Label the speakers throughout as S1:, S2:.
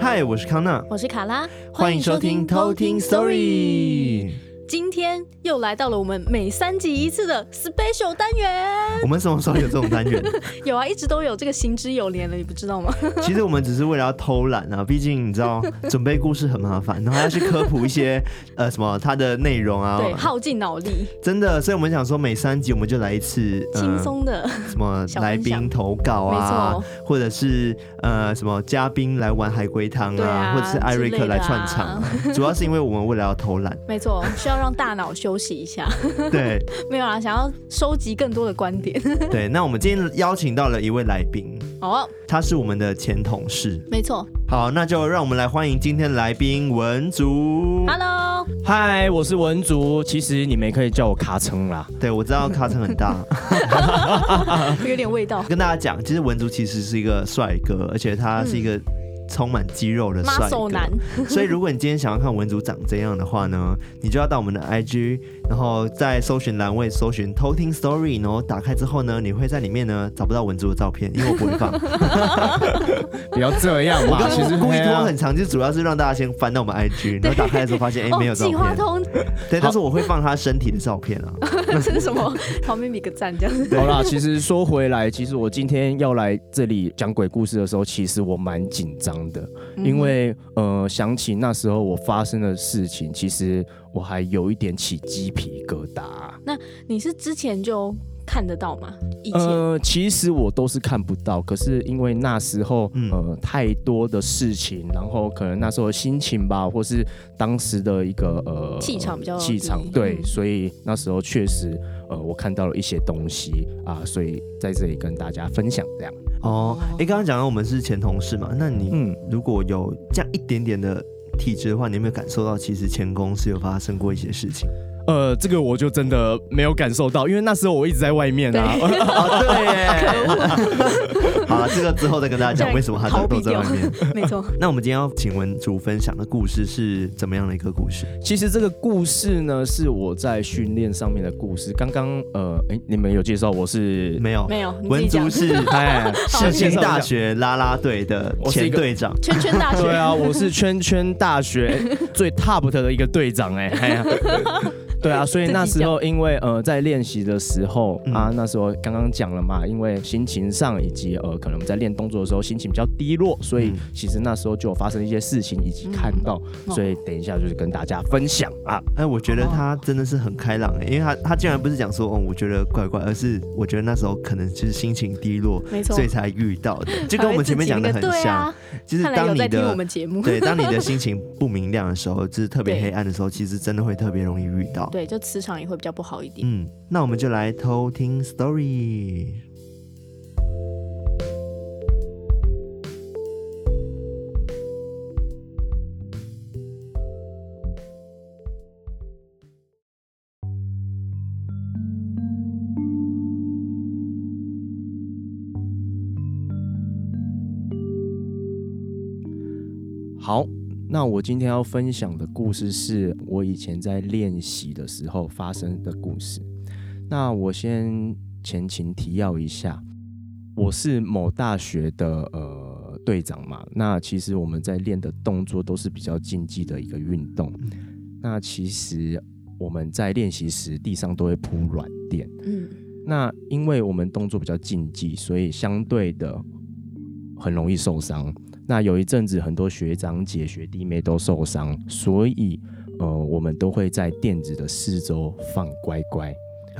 S1: 嗨，我是康娜，
S2: 我是卡拉，
S1: 欢迎收听偷听 Story。
S2: 今天又来到了我们每三集一次的 special 单元。
S1: 我们什么时候有这种单 元？
S2: 有啊，一直都有这个行之有年了，你不知道吗？
S1: 其实我们只是为了要偷懒啊，毕竟你知道准备故事很麻烦，然后要去科普一 些呃什么它的内容啊，
S2: 对，耗尽脑力，
S1: 真的，所以我们想说每三集我们就来一次、呃、
S2: 轻松的。
S1: 什么
S2: 小分
S1: 来宾
S2: 享
S1: 投稿啊
S2: 没错，
S1: 或者是呃什么嘉宾来玩海龟汤
S2: 对
S1: 啊，
S2: 啊
S1: 或者是艾瑞
S2: 之
S1: 克
S2: 类的
S1: 来
S2: 啊
S1: 串场、啊，主要是因为我们为了要偷懒，
S2: 没错，需要让大脑休息一下。
S1: 对
S2: 没有啦，想要收集更多的观点。
S1: 对。那我们今天邀请到了一位来宾，
S2: 哦，
S1: 他是我们的前同事。
S2: 没错。
S1: 好，那就让我们来欢迎今天的来宾文竹。
S2: Hello，
S3: 嗨，我是文竹，其实你们也可以叫我卡 称啦。
S1: 对，我知道咖啡很 大。啊
S2: 有点味道。
S1: 跟大家讲，其实文竹其实是一个帅哥，而且他是一个充满肌肉的帅
S2: 嗯 muscle
S1: 哥。
S2: 男，
S1: 所以如果你今天想要看文竹长这样的话呢，你就要到我们的 IG，然后在搜寻栏位搜寻偷听 story，然后打开之后呢，你会在里面呢找不到文竹的照片，因为我不 会放。
S3: 不要这样
S1: 我
S3: 嘛，
S1: 刚
S3: 其实
S1: 刚故意
S3: 嘿啊
S1: 拖很长，就主要是让大家先翻到我们 IG，然后打开的时候发现哎、诶没有
S2: 哦，
S1: 照
S2: 计划
S1: 片。
S2: 通
S1: 对，但是我会放他身体的照片 啊。
S2: 这是什么？旁边比个赞这样子。
S3: 好啦，其实说回来，其实我今天要来这里讲鬼故事的时候，其实我蛮紧张的，
S1: 嗯
S3: 因为呃，想起那时候我发生的事情，其实我还有一点起鸡皮疙瘩。
S2: 嗯你是之前就看得到吗？以前、
S3: 呃，其实我都是看不到，可是因为那时候、
S1: 嗯
S3: 呃太多的事情，然后可能那时候的心情吧，或是当时的一个呃
S2: 气场比较
S3: 气场
S2: 低
S3: 对，
S2: 嗯
S3: 所以那时候确实呃我看到了一些东西啊、所以在这里跟大家分享这样。
S1: 哦，哎、刚刚讲到我们是前同事嘛，那你
S3: 嗯，
S1: 如果有这样一点点的体质的话，你有没有感受到其实前公司有发生过一些事 情？
S3: 呃，这个我就真的没有感受到，因为那时候我一直在外面啊。
S1: 啊，对 耶。好了，这个之后再跟大家讲为什么他
S2: 逃避
S1: 都在
S2: 掉
S1: 外面。
S2: 没错，
S1: 那我们今天要请文竹分享的故事是怎么样的一个故事？
S3: 其实这个故事呢，是我在训练上面的故事。刚刚呃，哎，你们有介绍我是
S1: 没有，
S2: 没有，你自
S1: 文
S2: 己
S1: 竹
S2: 讲。
S1: 是
S3: 哎，
S1: 世新
S3: 好
S1: 大学啦啦队的
S3: 我是
S1: 前
S3: 一个
S1: 队长。
S2: 圈圈大学，
S3: 对啊，我是圈圈 大学最 top 的一个队长哎、哎呀对啊，所以那时候因为呃在练习的时候、
S1: 嗯
S3: 啊，那时候刚刚讲了嘛，因为心情上以及呃可能在练动作的时候心情比较低落，所以
S1: 嗯
S3: 其实那时候就有发生一些事情以及看到，
S2: 嗯
S3: 所以等一下就是跟大家分享啊。
S1: 哎，我觉得
S2: 哦
S1: 他真的是很开朗哎，因为他他竟然不是讲说哦，我觉得怪怪，而是我觉得那时候可能就是心情低落，
S2: 没错
S1: 所以才遇到 的，就跟我们前面讲的很
S2: 对
S1: 像
S2: 啊。，
S1: 就是
S2: 看来有
S1: 当
S2: 在
S1: 你
S2: 听我
S1: 的
S2: 们节目，
S1: 对，当你的心情不明亮的时候，就是特别
S2: 对
S1: 黑暗的时候，其实真的会特别容易遇到。
S2: 对，就磁场也会比较不好一点。
S1: 嗯，那我们就来偷听 story。
S3: 好，那我今天要分享的故事是我以前在练习的时候发生的故事。那我先前情提要一下，我是某大学的呃队长嘛。那其实我们在练的动作都是比较竞技的一个运动。那其实我们在练习时，地上都会铺软垫。
S2: 嗯，
S3: 那因为我们动作比较禁忌，所以相对的很容易受伤。那有一阵子，很多学长姐、学弟妹都受伤，所以呃，我们都会在垫子的四周放乖乖。
S2: 嗯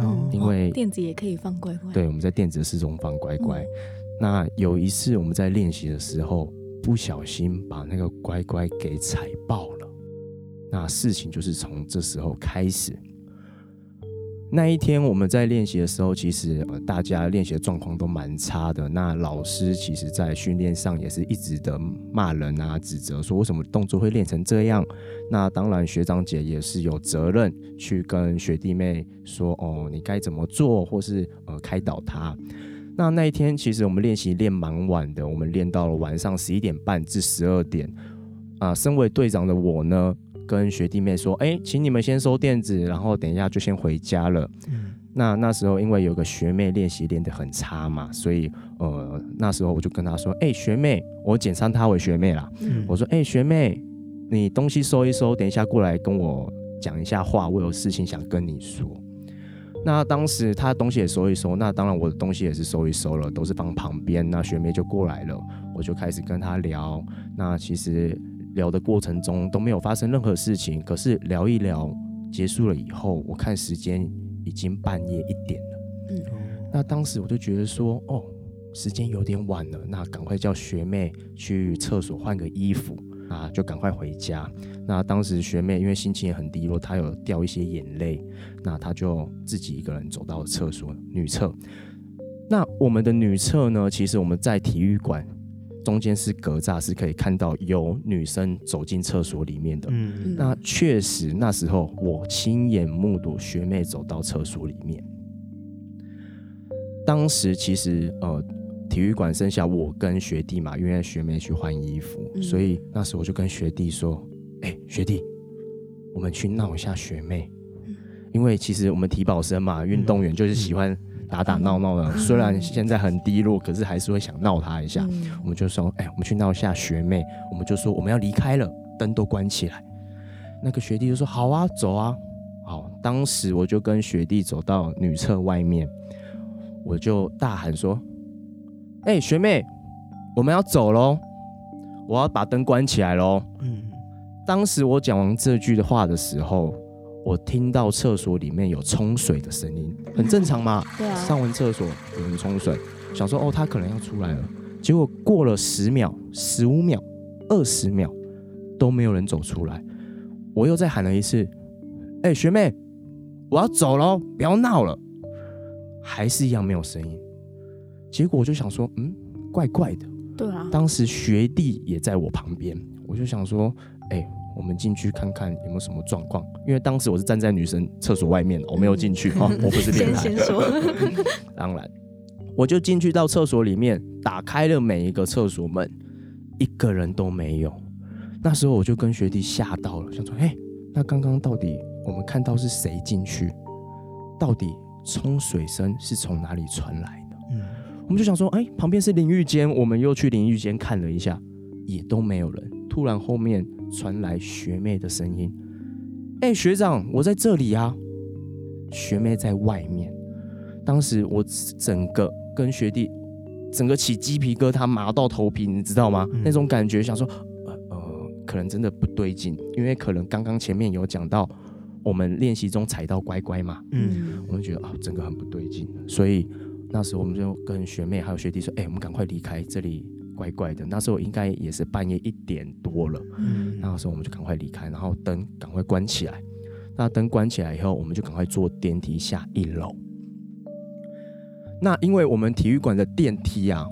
S1: 哦，
S3: 因为
S2: 垫子也可以放乖乖。
S3: 对，我们在垫子的四周放乖乖。那有一次我们在练习的时候，不小心把那个乖乖给踩爆了。那事情就是从这时候开始。那一天我们在练习的时候，其实呃大家练习的状况都蛮差的。那老师其实在训练上也是一直的骂人啊，指责说为什么动作会练成这样。那当然学长姐也是有责任去跟学弟妹说哦，你该怎么做，或是呃开导他。那那一天其实我们练习练蛮晚的，我们练到了晚上十一点半至十二点。啊、身为队长的我呢，跟学弟妹说，哎，请你们先收垫子，然后等一下就先回家了。
S1: 嗯
S3: 那那时候因为有个学妹练习练得很差嘛，所以呃那时候我就跟她说：“哎、学妹，我简称她为学妹啦。
S1: 嗯
S3: 我说：哎、学妹，你东西收一收，等一下过来跟我讲一下话，我有事情想跟你说。”那当时她东西也收一收，那当然我的东西也是收一收了，都是放旁边。那学妹就过来了，我就开始跟她聊。那其实聊的过程中都没有发生任何事情，可是聊一聊结束了以后，我看时间已经半夜一点了。那当时我就觉得说，哦，时间有点晚了，那赶快叫学妹去厕所换个衣服啊，就赶快回家。那当时学妹因为心情也很低落，她有掉一些眼泪，那她就自己一个人走到了厕所女厕。那我们的女厕呢，其实我们在体育馆中间是隔栅，是可以看到有女生走进厕所里面的。
S1: 嗯
S3: 那确实，那时候我亲眼目睹学妹走到厕所里面。当时其实呃，体育馆剩下我跟学弟嘛，因为学妹去换衣服，
S2: 嗯
S3: 所以那时候我就跟学弟说：“哎、学弟，我们去闹一下学妹，
S2: 嗯
S3: 因为其实我们体保生嘛，运动员就是
S2: 嗯
S3: 喜欢打打闹闹的，虽然现在很低落，可是还是会想闹她一下。
S2: 嗯
S3: 我们就说，哎、我们去闹一下学妹，我们就说我们要离开了，灯都关起来。那个学弟就说好啊，走啊，好。当时我就跟学弟走到女厕外面，我就大喊说，哎、学妹，我们要走喽，我要把灯关起来喽。
S1: 嗯
S3: 当时我讲完这句的话的时候，我听到厕所里面有冲水的声音，很正常嘛。
S2: 对啊
S3: 上完厕所有人冲水，想说哦，他可能要出来了。结果过了十秒、十五秒、二十秒，都没有人走出来。我又再喊了一次：“哎、学妹，我要走喽，不要闹了。”还是一样没有声音。结果我就想说，嗯，怪怪的。
S2: 对啊，
S3: 当时学弟也在我旁边，我就想说，哎、我们进去看看有没有什么状况，因为当时我是站在女生厕所外面，我没有进去啊、我不是变
S2: 先先，
S3: 态
S2: 说，
S3: 当然，我就进去到厕所里面，打开了每一个厕所门，一个人都没有。那时候我就跟学弟吓到了，想说，哎、那刚刚到底我们看到是谁进去？到底冲水声是从哪里传来的？
S1: 嗯
S3: 我们就想说，哎，旁边是淋浴间，我们又去淋浴间看了一下，也都没有人。突然后面传来学妹的声音：“哎，学长，我在这里啊。”学妹在外面。当时我整个跟学弟整个起鸡皮疙瘩，麻到头皮，你知道吗？
S1: 嗯
S3: 那种感觉，想说，呃呃，可能真的不对劲，因为可能刚刚前面有讲到我们练习中踩到乖乖嘛，
S1: 嗯，
S3: 我们觉得啊，整个很不对劲，所以那时候我们就跟学妹还有学弟说，哎、我们赶快离开这里，怪怪的。那时候应该也是半夜一点多了，
S1: 嗯
S3: 那时候我们就赶快离开，然后灯赶快关起来。那灯关起来以后，我们就赶快坐电梯下一楼。那因为我们体育馆的电梯啊，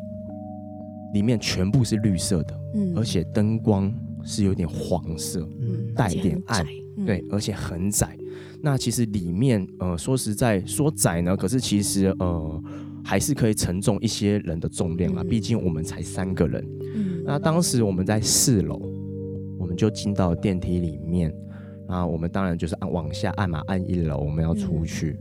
S3: 里面全部是绿色的，
S2: 嗯
S3: 而且灯光是有点黄色，
S1: 嗯
S3: 带点暗，
S2: 嗯
S3: 对，，而且很窄。那其实里面，呃，说实在说窄呢，可是其实呃，还是可以承重一些人的重量啊。
S2: 嗯
S3: 毕竟我们才三个人。
S2: 嗯
S3: 那当时我们在四楼，我们就进到电梯里面，啊，我们当然就是按往下按嘛，按一楼我们要出
S2: 嗯
S3: 去。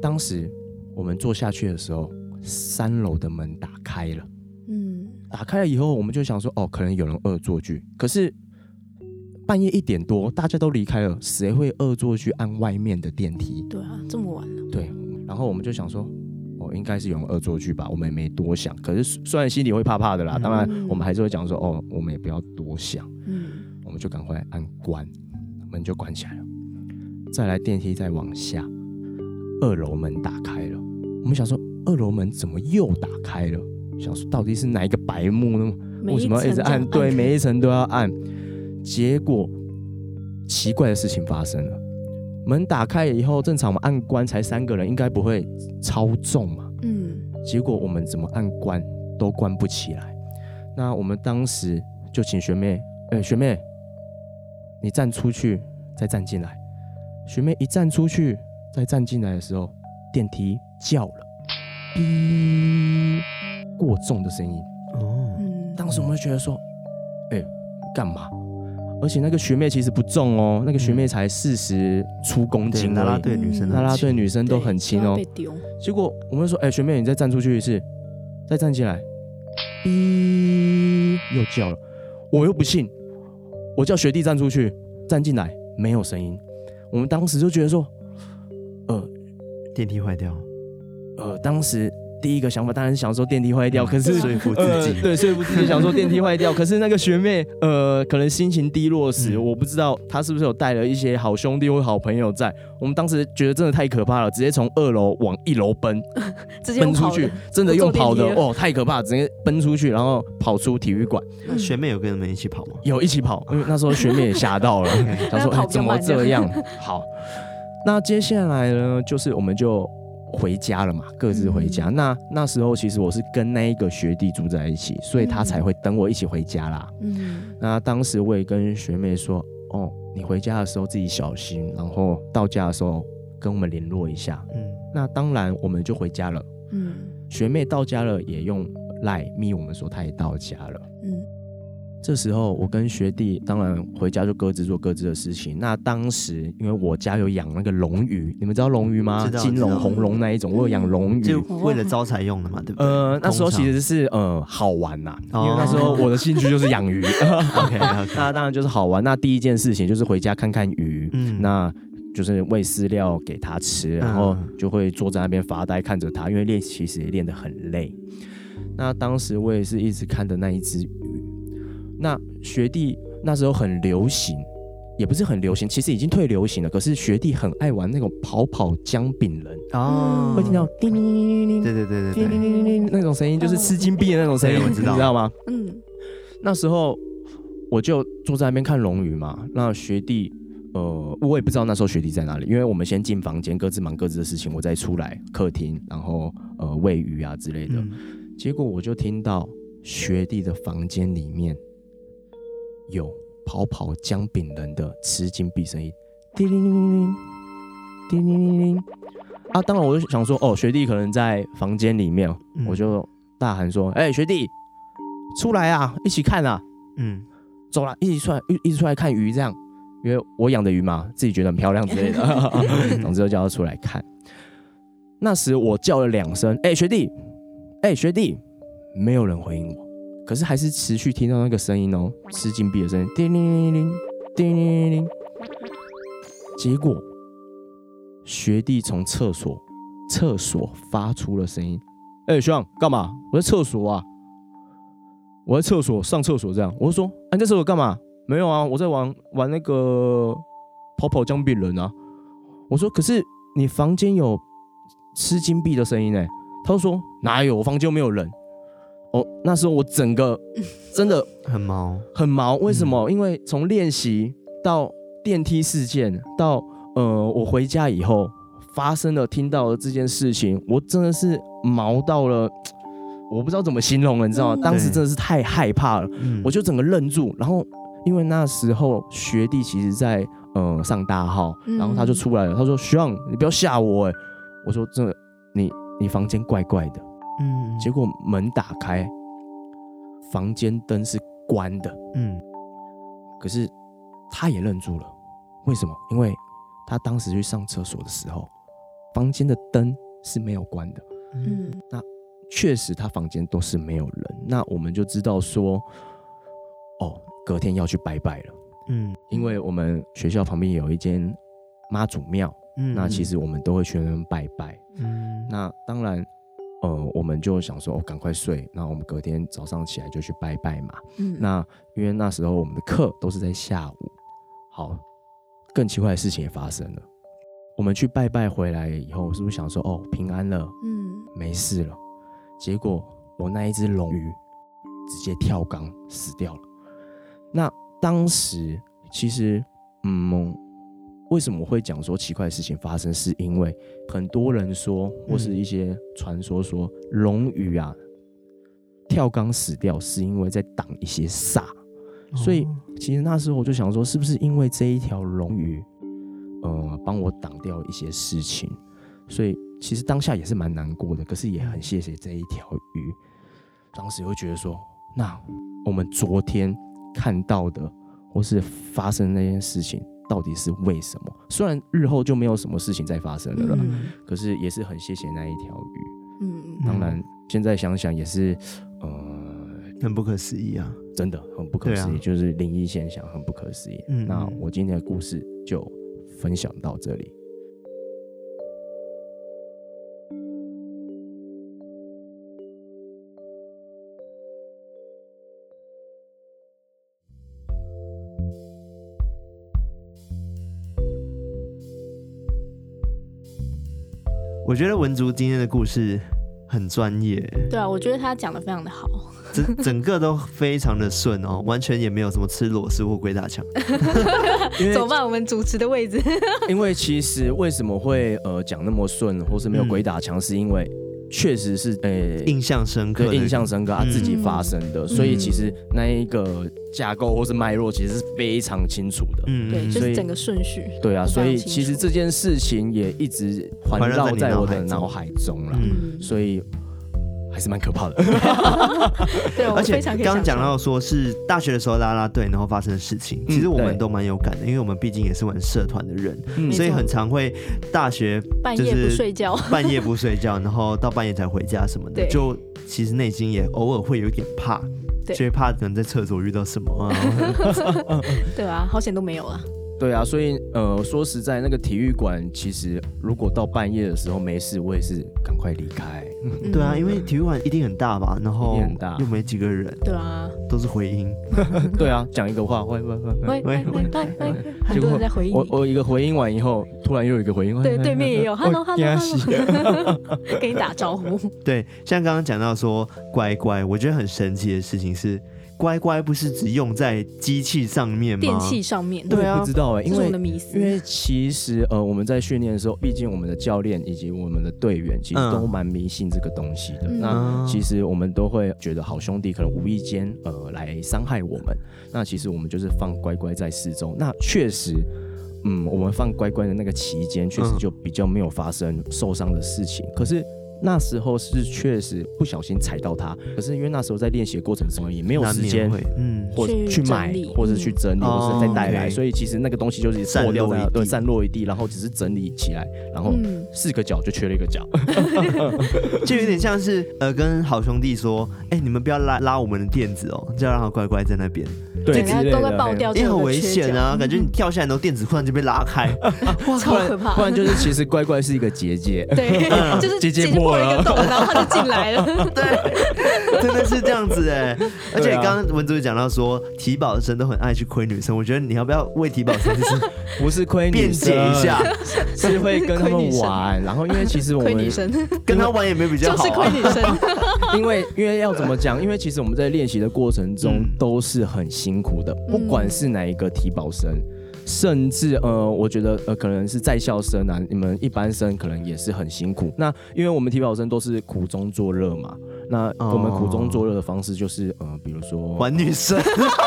S3: 当时我们坐下去的时候，三楼的门打开了。
S2: 嗯
S3: 打开了以后，我们就想说，哦，可能有人恶作剧。可是半夜一点多，大家都离开了，谁会恶作剧按外面的电梯？
S2: 对啊，这么晚了，
S3: 对，然后我们就想说，哦，应该是有人恶作剧吧，我们也没多想。可是虽虽然心里会怕怕的啦，
S1: 嗯
S3: 当然我们还是会讲说，哦，我们也不要多想，
S2: 嗯
S3: 我们就赶快按关，门就关起来了。再来电梯再往下，二楼门打开了，我们想说，二楼门怎么又打开了？想说到底是哪一个白目呢？
S2: 每
S3: 为什么要一直
S2: 层这样
S3: 按？对，每一层都要按。结果奇怪的事情发生了，门打开以后，正常我们按关才三个人，应该不会超重嘛。
S2: 嗯
S3: 结果我们怎么按关都关不起来。那我们当时就请学妹，哎、学妹，你站出去再站进来。学妹一站出去再站进来的时候，电梯叫了，哔，过重的声音。
S1: 哦，
S2: 嗯，
S3: 当时我们就觉得说，哎、干嘛？而且那个学妹其实不重哦，那个学妹才四十出公
S1: 嗯对，
S3: 斤
S1: 啦
S3: 而
S1: 啦
S3: 已
S1: 队女生很
S2: 嗯
S3: 啦啦队
S1: 轻
S3: 女生都很轻
S2: 对
S3: 哦
S2: 被。丢，
S3: 结果我们就说，哎、学妹，你再站出去一次，再站起来，哔，又叫了，我又不信，我叫学弟站出去，站进来没有声音，我们当时就觉得说，呃
S1: 电梯坏掉，
S3: 呃，当时第一个想法当然是想说电梯
S1: 嗯
S3: 坏掉，可哎是
S2: 啊
S1: 说服自
S3: 呃，
S1: 己，
S3: 对，说服自己想说电梯 坏掉，可是那个学妹，呃，可能心情低落时，
S1: 嗯
S3: 我不知道她是不是有带了一些好兄弟或好朋友在。我们当时觉得真的太可怕了，直接从二楼往一楼奔，
S2: 直接
S3: 奔
S2: 用
S3: 出
S2: 跑
S3: 去
S2: 的，，
S3: 真的用跑的
S2: 不坐电梯
S3: 哦，太可怕，直接奔出去，然后跑出体育馆，
S2: 嗯
S1: 那学妹有跟你们一起跑吗？
S3: 有一起跑，因为那时候学妹也吓到了，她说、
S2: 那跑
S3: 哎
S2: 比较
S3: 怎么
S2: 慢
S3: 这样？好，那接下来呢，就是我们就。回家了嘛，各自回
S2: 嗯
S3: 家。那那时候其实我是跟那一个学弟住在一起，所以他才会等我一起回家啦。
S2: 嗯，
S3: 那当时我也跟学妹说，哦，你回家的时候自己小心，然后到家的时候跟我们联络一下。
S1: 嗯，
S3: 那当然，我们就回家了。
S2: 嗯
S3: 学妹到家了，也用赖密我们说她也到家了。
S2: 嗯
S3: 这时候，我跟学弟当然回家就各自做各自的事情。那当时因为我家有养那个龙鱼，你们知道龙鱼吗？
S1: 知道
S3: 金
S1: 知
S3: 龙、
S1: 道
S3: 红龙那一种，我有养龙鱼。
S1: 就为了招财用的嘛，对不对？
S3: 嗯呃，那时候其
S1: 通
S3: 实是呃好玩呐、
S1: 哦
S3: 因为那时候我的兴趣就是养鱼。
S1: 常 OK OK，
S3: 那当然就是好玩。那第一件事情就是回家看看鱼，
S1: 嗯
S3: 那就是喂饲料给它吃，然后就会坐在那边发呆看着它，因为练其实也练得很累。那当时我也是一直看着那一只鱼。那学弟那时候很流行，也不是很流行，其实已经退流行了。可是学弟很爱玩那种跑跑姜饼人，
S1: 哦，
S3: 会听到叮铃铃铃铃
S1: 对对对对
S3: 叮
S1: 对，
S3: 铃铃铃铃那种声音，就是吃金币的那种声音，
S1: 对我
S3: 你
S1: 知道
S3: 知道吗？
S2: 嗯，
S3: 那时候我就坐在那边看龙鱼嘛，那学弟。呃，我也不知道那时候学弟在哪里，因为我们先进房间，各自忙各自的事情，我再出来客厅，然后呃喂鱼啊之类的。
S1: 嗯，
S3: 结果我就听到学弟的房间里面有跑跑姜饼人的吃金币声音，叮铃铃铃铃，叮铃铃铃。啊，当然我就想说，哦，学弟可能在房间里面，
S1: 嗯
S3: 我就大喊说：“哎、学弟，出来啊，一起看啊，
S1: 嗯，
S3: 走啦，一起出来，一一起出来看鱼这样。”因为我养的鱼嘛，自己觉得很漂亮之类的， 总之就叫他出来看。那时我叫了两声：“哎、学弟，哎、学弟！”没有人回应我，可是还是持续听到那个声音哦，吃金币的声音，叮铃铃铃，叮铃铃铃。结果学弟从厕所厕所发出了声音：“哎、学长，干嘛？我在厕所啊，我在厕所上厕所这样。”我就说：“啊、你在厕所干嘛？”没有啊，我在玩玩那个跑跑姜饼人啊。我说：“可是你房间有吃金币的声音呢、欸他就说：“哪有？我房间没有人。”哦，那时候我整个真的
S1: 很毛，
S3: 很毛，为什么？因为从练习到电梯事件，到呃我回家以后发生了听到了这件事情，我真的是毛到了，我不知道怎么形容了，你知道吗？
S2: 嗯
S3: 当时真的是太害怕了，
S1: 嗯，
S3: 我就整个愣住。然后因为那时候学弟其实在呃上大号，
S2: 嗯
S3: 然后他就出来了，他说：“学长，你不要吓我哎、我说：“真的，你你房间怪怪的。”
S1: 嗯，
S3: 结果门打开，房间灯是关的，
S1: 嗯
S3: 可是他也愣住了。为什么？因为他当时去上厕所的时候，房间的灯是没有关的。
S1: 嗯
S2: 嗯
S3: 确实，他房间都是没有人。那我们就知道说，哦，隔天要去拜拜了，
S1: 嗯
S3: 因为我们学校旁边有一间妈祖庙，
S1: 嗯，
S3: 那其实我们都会去那边拜拜。
S1: 嗯，
S3: 那当然，呃，我们就想说，哦，赶快睡，那我们隔天早上起来就去拜拜嘛。
S2: 嗯，
S3: 那因为那时候我们的课都是在下午，好，更奇怪的事情也发生了。我们去拜拜回来以后，是不是想说哦平安了，
S2: 嗯
S3: 没事了？结果我那一只龙鱼直接跳缸死掉了。那当时其实，嗯，为什么我会讲说奇怪的事情发生，是因为很多人说或是一些传说说龙鱼啊跳缸死掉是因为在挡一些煞。所以
S1: 哦
S3: 其实那时候我就想说，是不是因为这一条龙鱼，呃，帮我挡掉一些事情，所以其实当下也是蛮难过的，可是也很谢谢这一条鱼。当时会觉得说，那我们昨天看到的，或是发生那件事情到底是为什么。虽然日后就没有什么事情再发生了啦，
S2: 嗯
S3: 可是也是很谢谢那一条鱼。
S2: 嗯，
S3: 当然，现在想想也是，呃，
S1: 很不可思议啊！
S3: 真的很不可思
S1: 对
S3: 议，
S1: 啊
S3: 就是灵异现象很不可思议。
S1: 嗯
S3: 那
S1: 嗯
S3: 我今天的故事就分享到 这里。
S1: 我觉得文竹今天的故事很专业，
S2: 对啊，我觉得他讲的非常的好，
S1: 整整个都非常的顺哦，完全也没有什么吃螺丝或鬼打墙。
S3: 因 为
S2: 走吧，我们主持的位置。
S3: 因为其实为什么会呃讲那么顺，或是
S1: 嗯
S3: 没有鬼打墙，是因为确实是呃
S1: 印象深刻
S3: 对
S1: 的，
S3: 印象深刻，他
S1: 嗯
S3: 自己发生的，所以其实那一个架构或是脉络其实是非常清楚的。
S1: 嗯，
S2: 对，
S1: 嗯
S2: 就
S3: 所
S2: 是
S3: 以
S2: 整个顺序。
S3: 对啊，
S2: 非常
S3: 所以
S2: 清楚
S3: 其实这件事情也一直环
S1: 环绕
S3: 绕
S1: 在你
S3: 在我的
S1: 脑
S3: 脑海中啦，
S1: 嗯
S2: 嗯，
S3: 所以还是蛮可怕的。
S2: 对，我
S1: 而且
S2: 非常可以
S1: 刚刚
S2: 想
S1: 讲
S2: 象
S1: 到说是大学的时候啦啦队，然后发生的事情，其实我们
S3: 嗯对
S1: 都蛮有感的，因为我们毕竟也是玩社团的人，
S3: 嗯
S1: 所以
S2: 没错
S1: 很常会大学
S2: 半
S1: 就
S2: 夜不
S1: 是
S2: 睡觉，
S1: 半夜不睡觉，然后到半夜才回家什么的，
S2: 对
S1: 就其实内心也偶尔会有一点怕，
S2: 对
S1: 就会怕可能在厕所遇到什么啊，
S3: 嗯
S2: 对啊，好险都没有啊。
S3: 对啊，所以呃，说实在，那个体育馆其实如果到半夜的时候没事，我也是赶快离开。
S2: 嗯
S1: 对啊，因为体育馆一定很大吧，然后
S3: 一定很大
S1: 又没几个人，
S2: 对啊，
S1: 都是回音，
S3: 对啊，讲一个话，喂喂喂喂，
S2: 喂喂喂喂喂，很
S3: 结
S2: 多
S3: 果
S2: 人在回应
S3: 嗯我
S2: 你。
S3: 我一个回应完以后，突然又有一个回应，
S2: 对，
S3: 喂
S2: 对面也有 hello
S3: 我
S2: hello
S3: 惊死
S2: hello，给 你打招呼。
S1: 对，像刚刚讲到说乖乖，我觉得很神奇的事情是，乖乖不是只用在机器上面吗？
S2: 电器上面，
S1: 对啊
S3: 我不知道哎、
S2: 这
S3: 因
S2: 是我
S3: 为
S2: 的迷思
S3: 因。为其实呃我们在训练的时候，毕竟我们的教练以及我们的队员其实
S1: 嗯
S3: 都蛮迷信这个东西的。
S2: 嗯
S3: 那
S1: 啊
S3: 其实我们都会觉得好兄弟可能无意间呃来伤害我们，那其实我们就是放乖乖在四周。那确实，嗯，我们放乖乖的那个期间，确实
S1: 嗯
S3: 就比较没有发生受伤的事情。可是那时候是确实不小心踩到它，可是因为那时候在练习的过程中也没有
S1: 难
S3: 时
S1: 免
S3: 间。
S1: 会，嗯，
S3: 或
S2: 去
S3: 去
S2: 整
S3: 买
S2: 理，
S3: 或者去整理，
S1: 嗯
S3: 或是再带
S1: 哦
S3: 来，
S1: ，OK
S3: 所以其实那个东西就是
S1: 散
S3: 散落
S1: 落一
S3: 在
S1: 地
S3: 对散落一地，然后只是整理起来，然后
S2: 嗯，
S3: 四个角就缺了一个角。
S1: 就有点像是呃，跟好兄弟说，哎、你们不要拉拉我们的垫子哦，就要让他乖乖在那边，
S2: 整
S3: 对，之
S2: 个
S3: 类
S2: 都快
S3: 的
S2: 爆掉，
S1: 因为
S2: 只
S1: 很
S2: 有一个
S1: 危
S2: 缺
S1: 险
S2: 角，
S1: 啊，感觉你跳下来，然后垫子忽然就被拉开，
S2: 超可怕，
S3: 不。然就是其实乖乖是一个结界
S2: 对，就是
S3: 姐姐
S2: 姐破
S3: 破
S2: 了一个
S3: 了
S2: 洞，然后他就进来了。
S1: 对， 真的是这样子哎、而且
S3: 对啊
S1: 刚刚文竹也讲到说，体保生都很爱去亏女生，我觉得你要不要为体保生就是
S3: 不是亏女
S1: 辩解一
S3: 生
S1: 下，，
S3: 是会跟他
S2: 亏女
S3: 们
S2: 生
S3: 玩。然后因为其实我
S2: 亏
S3: 们
S2: 女生
S1: 跟他玩也没比较
S2: 就
S1: 好、
S2: 是亏
S1: 啊，
S2: 女生，
S3: 因为因为要怎么讲？因为其实我们在练习的过程中
S1: 嗯
S3: 都是很辛苦的，
S2: 嗯
S3: 不管是哪一个体保生，甚至呃，我觉得呃，可能是在校生啊，你们一般生可能也是很辛苦。那因为我们体保生都是苦中作乐嘛，那我们苦中作乐的方式就是呃，比如说
S1: 玩女生，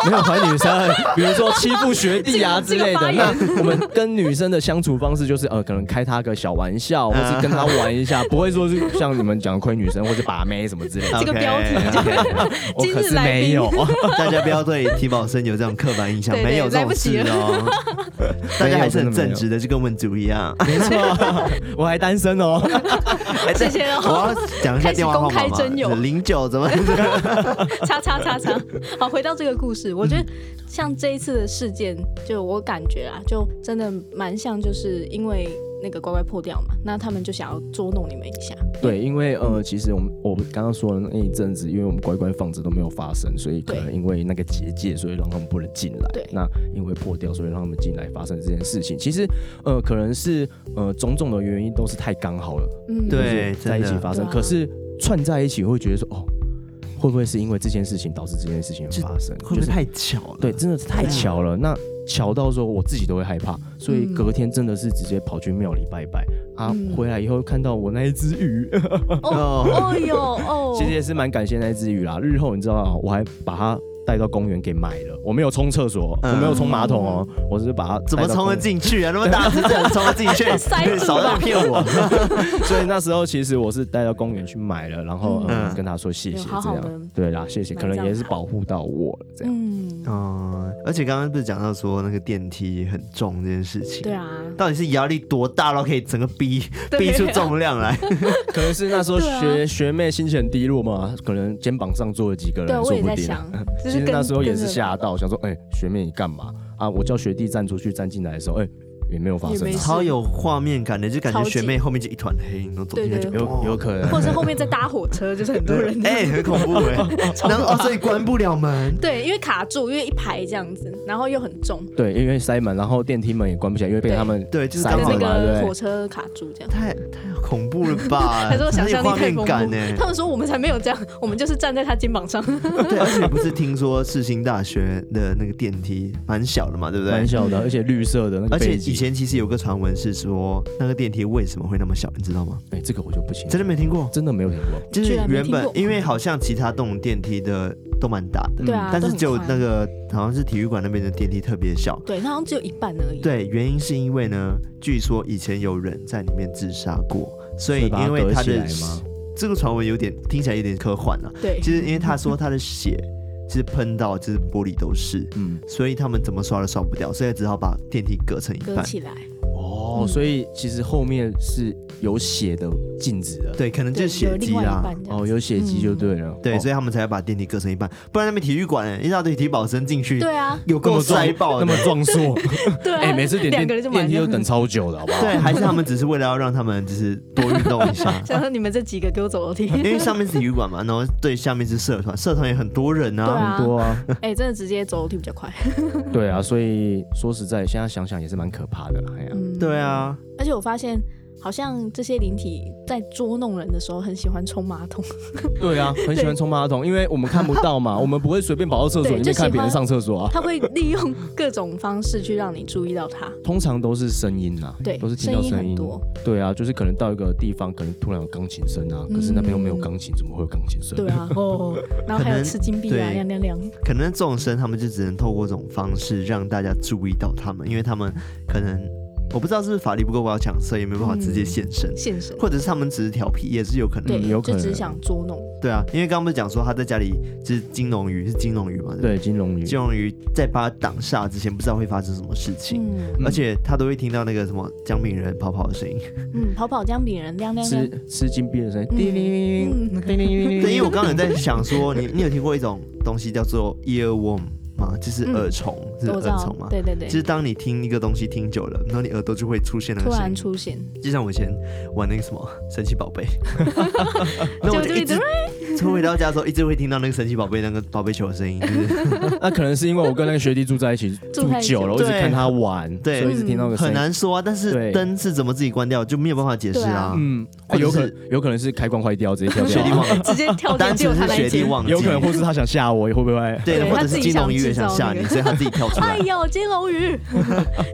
S3: 没有怀女生，比如说欺负学弟啊 之
S2: 这个
S3: 类的。
S2: 这个发
S3: 那我们跟女生的相处方式就是，呃，可能开她个小玩笑，或是跟她玩 一下，不会说是像你们讲亏女生或者把妹什么之类的。
S2: 这个标题
S1: OK，OK，
S3: 我
S2: 今日
S3: 可是没有。
S1: 大家不要对体保生有这种刻板印象，
S2: 对对
S1: 没有这
S2: 来
S1: 种
S2: 不及
S1: 事哦， 大家还是很
S3: 没有真的没有
S1: 正直的，就跟文竹一样。
S3: 没错，我还单身哦。
S2: 谢谢
S1: 哎我
S2: 哦，
S1: 要讲一下电话号码
S2: 开始公开征友
S1: 嘛，零九 怎么？
S2: 叉叉叉叉。好，回到这个故事，我觉得像这一次的事件，就我感觉啊，就真的蛮像，就是因为那个乖乖破掉嘛，那他们就想要捉弄你们一下。
S3: 对，因为呃，其实我们我刚刚说的那一阵子，因为我们乖乖放着都没有发生，所以可能
S2: 对
S3: 因为那个结界，所以让他们不能进来。
S2: 对
S3: 那因为破掉，所以让他们进来发生这件事情。其实呃，可能是呃种种的原因都是太刚好了。
S2: 嗯，
S1: 对，
S3: 在
S1: 真
S3: 一起
S1: 的，
S3: 发生，
S2: 对啊
S3: 可是串在一起会觉得说，哦，会不会是因为这件事情导致这件事情
S1: 这
S3: 发生？
S1: 会不会
S3: 就是
S1: 太巧了？
S3: 对，真的是
S2: 啊
S3: 太巧了。那巧到说我自己都会害怕，所以
S2: 嗯
S3: 隔天真的是直接跑去庙里拜拜啊
S2: 嗯。
S3: 回来以后看到我那一 只鱼，
S2: 哦，
S1: 哦，
S2: 哦哟，哦，
S3: 啊其实也是蛮感谢那一只鱼啦。日后你知道，我还把它带到公园给埋了。我没有冲厕所，
S1: 嗯
S3: 我没有冲马桶哦，
S2: 嗯
S3: 我只是把它
S1: 怎么
S3: 带
S1: 冲
S3: 到公
S1: 得
S3: 园？
S1: 进去啊？那么大只，怎么冲得进去
S2: 塞住？吧
S1: 少在那骗 我。
S3: 所以那时候其实我是带到公园去埋了，然后
S1: 嗯
S3: 嗯跟他说谢谢
S2: 有好
S3: 这
S2: 好地
S3: 样。对啦，谢谢，
S2: 埋
S3: 可能
S2: 葬
S3: 也是
S2: 好
S3: 保护到我了这样。
S2: 嗯，
S1: 嗯，而且刚刚不是讲到说那个电梯很重这件事情，
S2: 对， 啊，
S1: 到底是压力多大到可以整个逼
S2: 对啊
S1: 逼出重量来？
S3: 可能是那时 候
S2: 对啊
S3: 学学妹心情很低落嘛，可能肩膀上坐了几 个
S2: 对，
S3: 人，
S2: 我
S3: 说
S2: 也
S3: 不
S2: 在
S3: 定啊
S2: 想。，就
S3: 其
S2: 是
S3: 实
S2: 跟
S3: 那时候也
S2: 跟
S3: 是
S2: 着
S3: 吓到，想说，哎，学妹你干嘛啊？我叫学弟站出去，站进来的时候，哎，也没有发
S2: 也
S3: 生
S2: 没事
S3: 啊。
S1: 超有画面感的，就感觉
S2: 超级
S1: 学妹后面就一团黑，然后走进去
S2: 对
S1: 就。
S2: 对
S3: 有有可 能
S2: 或者后面再搭火车，就是很多人
S1: 哎、很恐怖 哎、然后哦，所以关不了门。
S2: 对，因为卡住，因为一排这样子，然后又很重，
S3: 对，因为塞门，然后电梯门也关不起来，因为被
S2: 对
S3: 他们
S1: 对就是
S3: 塞
S1: 刚
S2: 跟
S1: 好
S3: 着
S2: 那
S3: 嘛，对
S2: 个
S3: 不
S2: 火
S3: 对？
S2: 车卡住这样。
S1: 太太恐怖了吧？
S2: 还是我想象力
S1: 很有画
S2: 太
S1: 面
S2: 丰
S1: 感哎呢、
S2: 富。他们说我们才没有这样，我们就是站在他肩膀上。
S1: 对，而且不是听说世新大学的那个电梯蛮小的嘛，对不对
S3: 蛮？小
S2: 嗯
S3: 的，而且绿色的那个
S1: 而且
S3: 背
S1: 以
S3: 景，
S1: 前其实有个传闻是说，那个电梯为什么会那么小，你知道吗？
S3: 哎，这个我就不清楚，
S1: 真的没听过，
S3: 真的没有听过。
S1: 就是
S2: 居然没
S1: 原
S2: 听
S1: 本
S2: 过
S1: 因为好像其他栋电梯的都蛮大的，
S2: 对啊，
S1: 但
S2: 都
S1: 是
S2: 很
S1: 只有
S2: 宽
S1: 那个好像是体育馆那边的电梯特别小。
S2: 对，它好像只有一半而已。，
S1: 对，原因是因为呢，据说以前有人在里面自杀过，所
S3: 所
S1: 以
S3: 嗯把它
S1: 因为
S3: 隔
S1: 他
S3: 起
S1: 的
S3: 来吗？
S1: 这个传闻有点听起来有点科幻啊。
S2: 对
S1: 其实因为他说他的血是喷到就是玻璃都是，
S3: 嗯，
S1: 所以他们怎么刷都刷不掉，所以只好把电梯隔成一
S2: 割
S1: 半。
S2: 起来，
S3: 哦，
S2: 嗯
S3: 所以其实后面是有血的镜子的，
S1: 对，可能就是
S2: 对
S1: 血
S2: 有另
S1: 迹
S2: 外一
S1: 啦。
S2: 半这样
S3: 哦，有血迹就对了。
S1: 嗯对，
S3: 哦
S1: 所以他们才会把电梯隔成一半，不然那边体育馆、一大堆体保生进去，
S2: 对啊，
S1: 有够塞爆的
S3: 那么。壮硕，
S2: 对啊，
S3: 哎，每次点
S2: 两
S3: 电
S2: 个人就买，
S3: 电梯都等。超久的，好不好？
S1: 对，还是他们只是为了要让他们就是多运动一下
S2: 想说你们这几个给我走 楼梯，
S1: 因为上面是体育馆嘛，然后对下面是社团，社团也很多人
S2: 对啊
S3: 很多啊，
S2: 哎，真的直接走楼梯比较 快。
S3: 对啊，所以说实在，现在想想也是蛮可怕的啦。哎呀，
S2: 嗯，
S1: 对。啊，
S2: 而且我发现，好像这些灵体在捉弄人的时候，很喜欢冲马桶。
S3: 对啊，很喜欢冲马桶，因为我们看不到 嘛，我们不会随便跑到厕所
S2: 对
S3: 里面
S2: 就喜欢
S3: 看别人上厕所啊。
S2: 他会利用各种方式去让你注意到他。
S3: 通常都是声音啊，
S2: 对，
S3: 都是听
S2: 声
S3: 到
S2: 音
S3: 声
S2: 很
S3: 音。
S2: 多，
S3: 对啊，就是可能到一个地方，可能突然有钢琴声啊，
S2: 嗯
S3: 可是那边又没有钢琴，怎么会有钢琴声？
S2: 对啊， 哦，然后
S1: 可
S2: 还有
S1: 能
S2: 吃金币啊，
S1: 对
S2: 亮亮亮，
S1: 可能众生他们就只能透过这种方式让大家注意到他们，因为他们可能我不知道是不是法力不够高强，所以也没办法直接现身，
S2: 现身。
S1: 或者是他们只是调皮，也是有可能。
S2: 嗯对，
S3: 有可
S2: 就
S3: 能
S2: 只想捉弄。
S1: 对啊，因为刚刚不是讲说他在家里就是金龙鱼是金龙鱼嘛，对不对
S3: 对，金龙鱼，
S1: 金龙鱼在把他挡煞之前，不知道会发生什么事情。
S2: 嗯
S1: 而且他都会听到那个什么姜饼人跑跑的 声音，
S2: 嗯，跑跑姜饼人亮亮亮，
S3: 吃吃金币的声音，
S2: 嗯哎
S3: 叮铃叮铃叮铃。
S1: 对，因为我刚才在想说，你你有听过一种东西叫做 earworm 吗？就是
S2: 嗯
S1: 耳虫，是
S2: 我
S1: 耳
S2: 知道
S1: 虫吗，？
S2: 对对
S1: 就
S2: 对，
S1: 是当你听一个东西听久了，然后你耳朵就会出现那
S2: 突
S1: 个声
S2: 然
S1: 音，
S2: 出 现，
S1: 就像我以前玩那个什么神奇宝 贝， 那
S2: 就
S1: 我
S2: 就
S1: 就
S2: 一
S1: 一
S2: 直
S1: 直回到家的时候，一直会听到那个神奇宝贝那个宝贝球的声音，就是
S3: 那可能是因为我跟那个学弟住在 一起
S2: 住
S3: 住
S2: 在一起
S3: 久了，我一直
S1: 对
S3: 看他玩，
S1: 对
S3: 所以一直听到那个声
S1: 很
S3: 音。
S1: 难说啊。但是
S3: 对
S1: 灯是怎么自己关掉就没有办法解释啊。
S3: 嗯，
S1: 或者
S3: 有可
S1: 是
S3: 能有可能是开关坏掉，直接跳
S1: 学
S3: 掉
S1: 弟
S3: 啊，
S1: 忘了，
S2: 直接跳进
S1: 单
S2: 只有
S1: 纯是
S2: 他那
S1: 学
S2: 一
S1: 弟
S2: 间。
S1: 忘记，
S3: 有可能或是他想吓我，会不会？
S1: 对，
S2: 对
S1: 或者
S2: 他自
S1: 是
S2: 己
S1: 金
S2: 想
S1: 龙鱼也
S2: 制造
S1: 想吓
S2: 那
S1: 你，
S2: 个
S1: 所以他自己跳出
S2: 哎
S1: 来。
S2: 呦，金龙鱼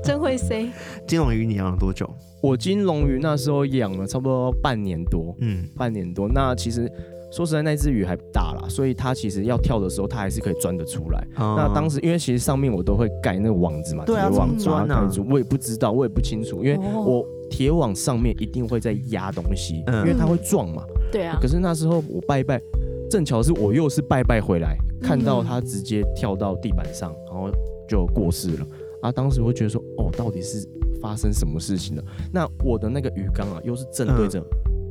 S2: 真 会 say，
S1: 金龙鱼你养了多久？
S3: 我金龙鱼那时候养了差不多半年多，
S1: 嗯，
S3: 半年多。那其实说实在，那只鱼还不大啦，所以它其实要跳的时候，它还是可以钻得出来。那
S1: 那
S3: 当时因为其实上面我都会盖那个网子嘛，
S1: 嗯对
S3: 铁
S1: 啊
S3: 网
S1: 怎么
S3: 抓
S1: 钻啊
S3: 盖住，我也不知道，我也不清楚，因为
S2: 哦
S3: 我铁网上面一定会在压东西，
S1: 嗯
S3: 因为它会撞嘛。
S2: 对啊
S3: 可，是那时候我拜拜，正巧是我又是拜拜回来，
S2: 嗯
S3: 看到它直接跳到地板上，然后就过世了。啊，当时我觉得说，哦，到底是发生什么事情了？那我的那个鱼缸啊，又是正对着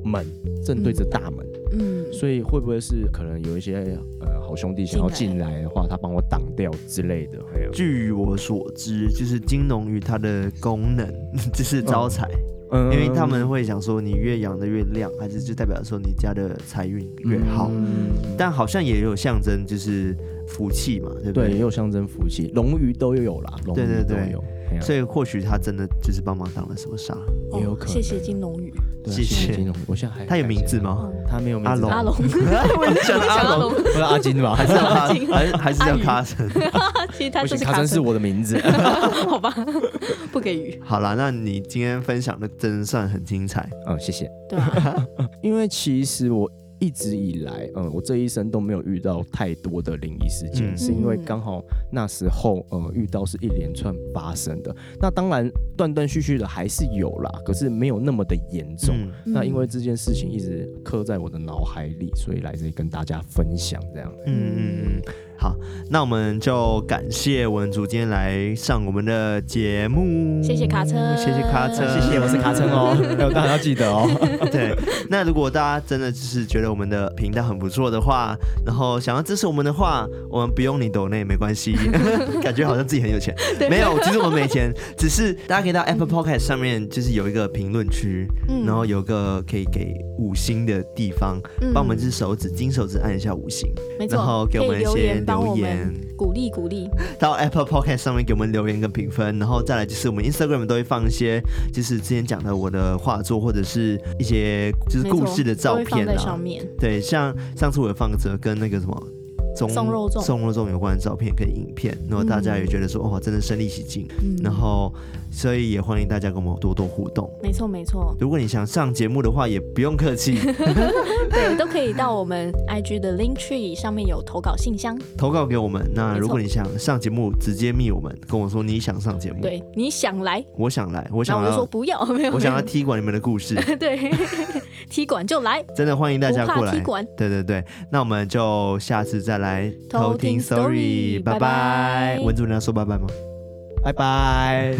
S3: 门，正对着大门，
S2: 嗯，
S3: 所以会不会是可能有一些呃好兄弟想要进
S2: 进
S3: 来的话，他帮我挡掉之类的？还有，
S1: 据我所知，就是金龙鱼它的功能 就是招财，
S3: 嗯
S1: 因为他们会想说你越养的越亮，还是就代表说你家的财运越好。
S2: 嗯
S1: 但好像也有象征，就是福气嘛，对不
S3: 对
S1: 对？
S3: 也有象征福气，龙鱼都有啦，龙
S1: 对
S3: 鱼
S1: 对
S3: 都
S1: 对
S3: 有，哎呀
S1: 所以或许他真的就是帮忙挡了什么煞。
S3: 也有可能
S2: 哦谢谢金龙鱼，
S3: 对啊
S1: 谢谢
S3: 金龙，我现在还
S1: 他有名字？吗？
S2: 哦
S3: 他没有名字，
S1: 阿龙
S2: 阿龙，
S1: 我也想
S2: 想
S1: 阿
S2: 阿
S1: 龙，
S2: 龙，
S3: 不是阿金吧？
S1: 还是叫他，
S2: 阿金
S1: 还是还是叫
S2: 阿宇
S1: 卡森？
S2: 其 实他
S3: 不
S2: 就
S3: 行，
S2: 是
S3: 卡森是
S2: 森，
S3: 我的 名字。
S2: 好吧，不给鱼，
S1: 好啦，那你今天分享的真算很精彩。
S3: 嗯，谢谢。
S2: 对啊，
S3: 因为其实我一直以来，嗯，我这一生都没有遇到太多的灵异事件，
S1: 嗯
S3: 是因为
S2: 嗯
S3: 刚好那时候，呃，遇到是一连串发生的。那当然断断续续的还是有啦，可是没有那么的严重。
S1: 嗯
S3: 那因为这件事情一直刻在我的脑海里，所以来这里跟大家分享这样。
S1: 嗯嗯嗯，好，那我们就感谢文竹今天来上我们的节目，
S2: 谢谢卡车
S1: 谢谢卡
S2: 嗯
S1: 车，
S3: 谢谢，我是卡森 哦，还有大家要记得哦。
S1: 对，那如果大家真的就是觉得我们的频道很不错的话，然后想要支持我们的话，我们不用你抖内没关 系，感觉好像自己很有钱。没有，其实我们没钱，只是大家可以到 Apple Podcast 上面，就是有一个评论区，
S2: 嗯
S1: 然后有个可以给五星的地方，帮我们只手指金手指按一下五星，
S2: 嗯没错
S1: 然后给我们一
S2: 可以留
S1: 些
S2: 言帮
S1: 留
S2: 我
S1: 言
S2: 们。鼓励鼓励，
S1: 到 Apple Podcast 上面给我们留言跟评分，然后再来就是我们 Instagram 都会放一些，就是之前讲的我的画作或者是一些就是
S2: 没
S1: 故
S2: 错
S1: 事的照
S2: 都会放
S1: 片
S2: 在
S1: 啦
S2: 上。面。
S1: 对，像上次我有放着跟那个什么。中
S2: 松肉粽嗯
S1: 松肉粽有关的照片跟影片，然后大家也觉得说，哇、真的身临其境。然后，所以也欢迎大家跟我们多多互动。
S2: 没错没错，
S1: 如果你想上节目的话，也不用客气，
S2: 对，都可以到我们 IG 的 Link Tree 上面有投稿信箱。
S1: 投稿给我们。那
S2: 没错
S1: 如果你想上节目，直接密我们，跟我说你想上节目，
S2: 对，你想来，
S1: 我想来，我
S2: 然
S1: 想
S2: 后我就说
S1: 要，
S2: 不要，没有，
S1: 我想
S2: 没
S1: 要
S2: 有
S1: 踢馆你们的故事。
S2: 对， 踢馆就来，
S1: 真的欢迎大
S2: 不
S1: 家过
S2: 怕
S1: 来
S2: 踢。馆。
S1: 对对对，那我们就下次再来
S2: 偷听 story，
S1: 拜
S2: 拜拜
S1: 文主你要说拜拜吗？
S3: 拜拜。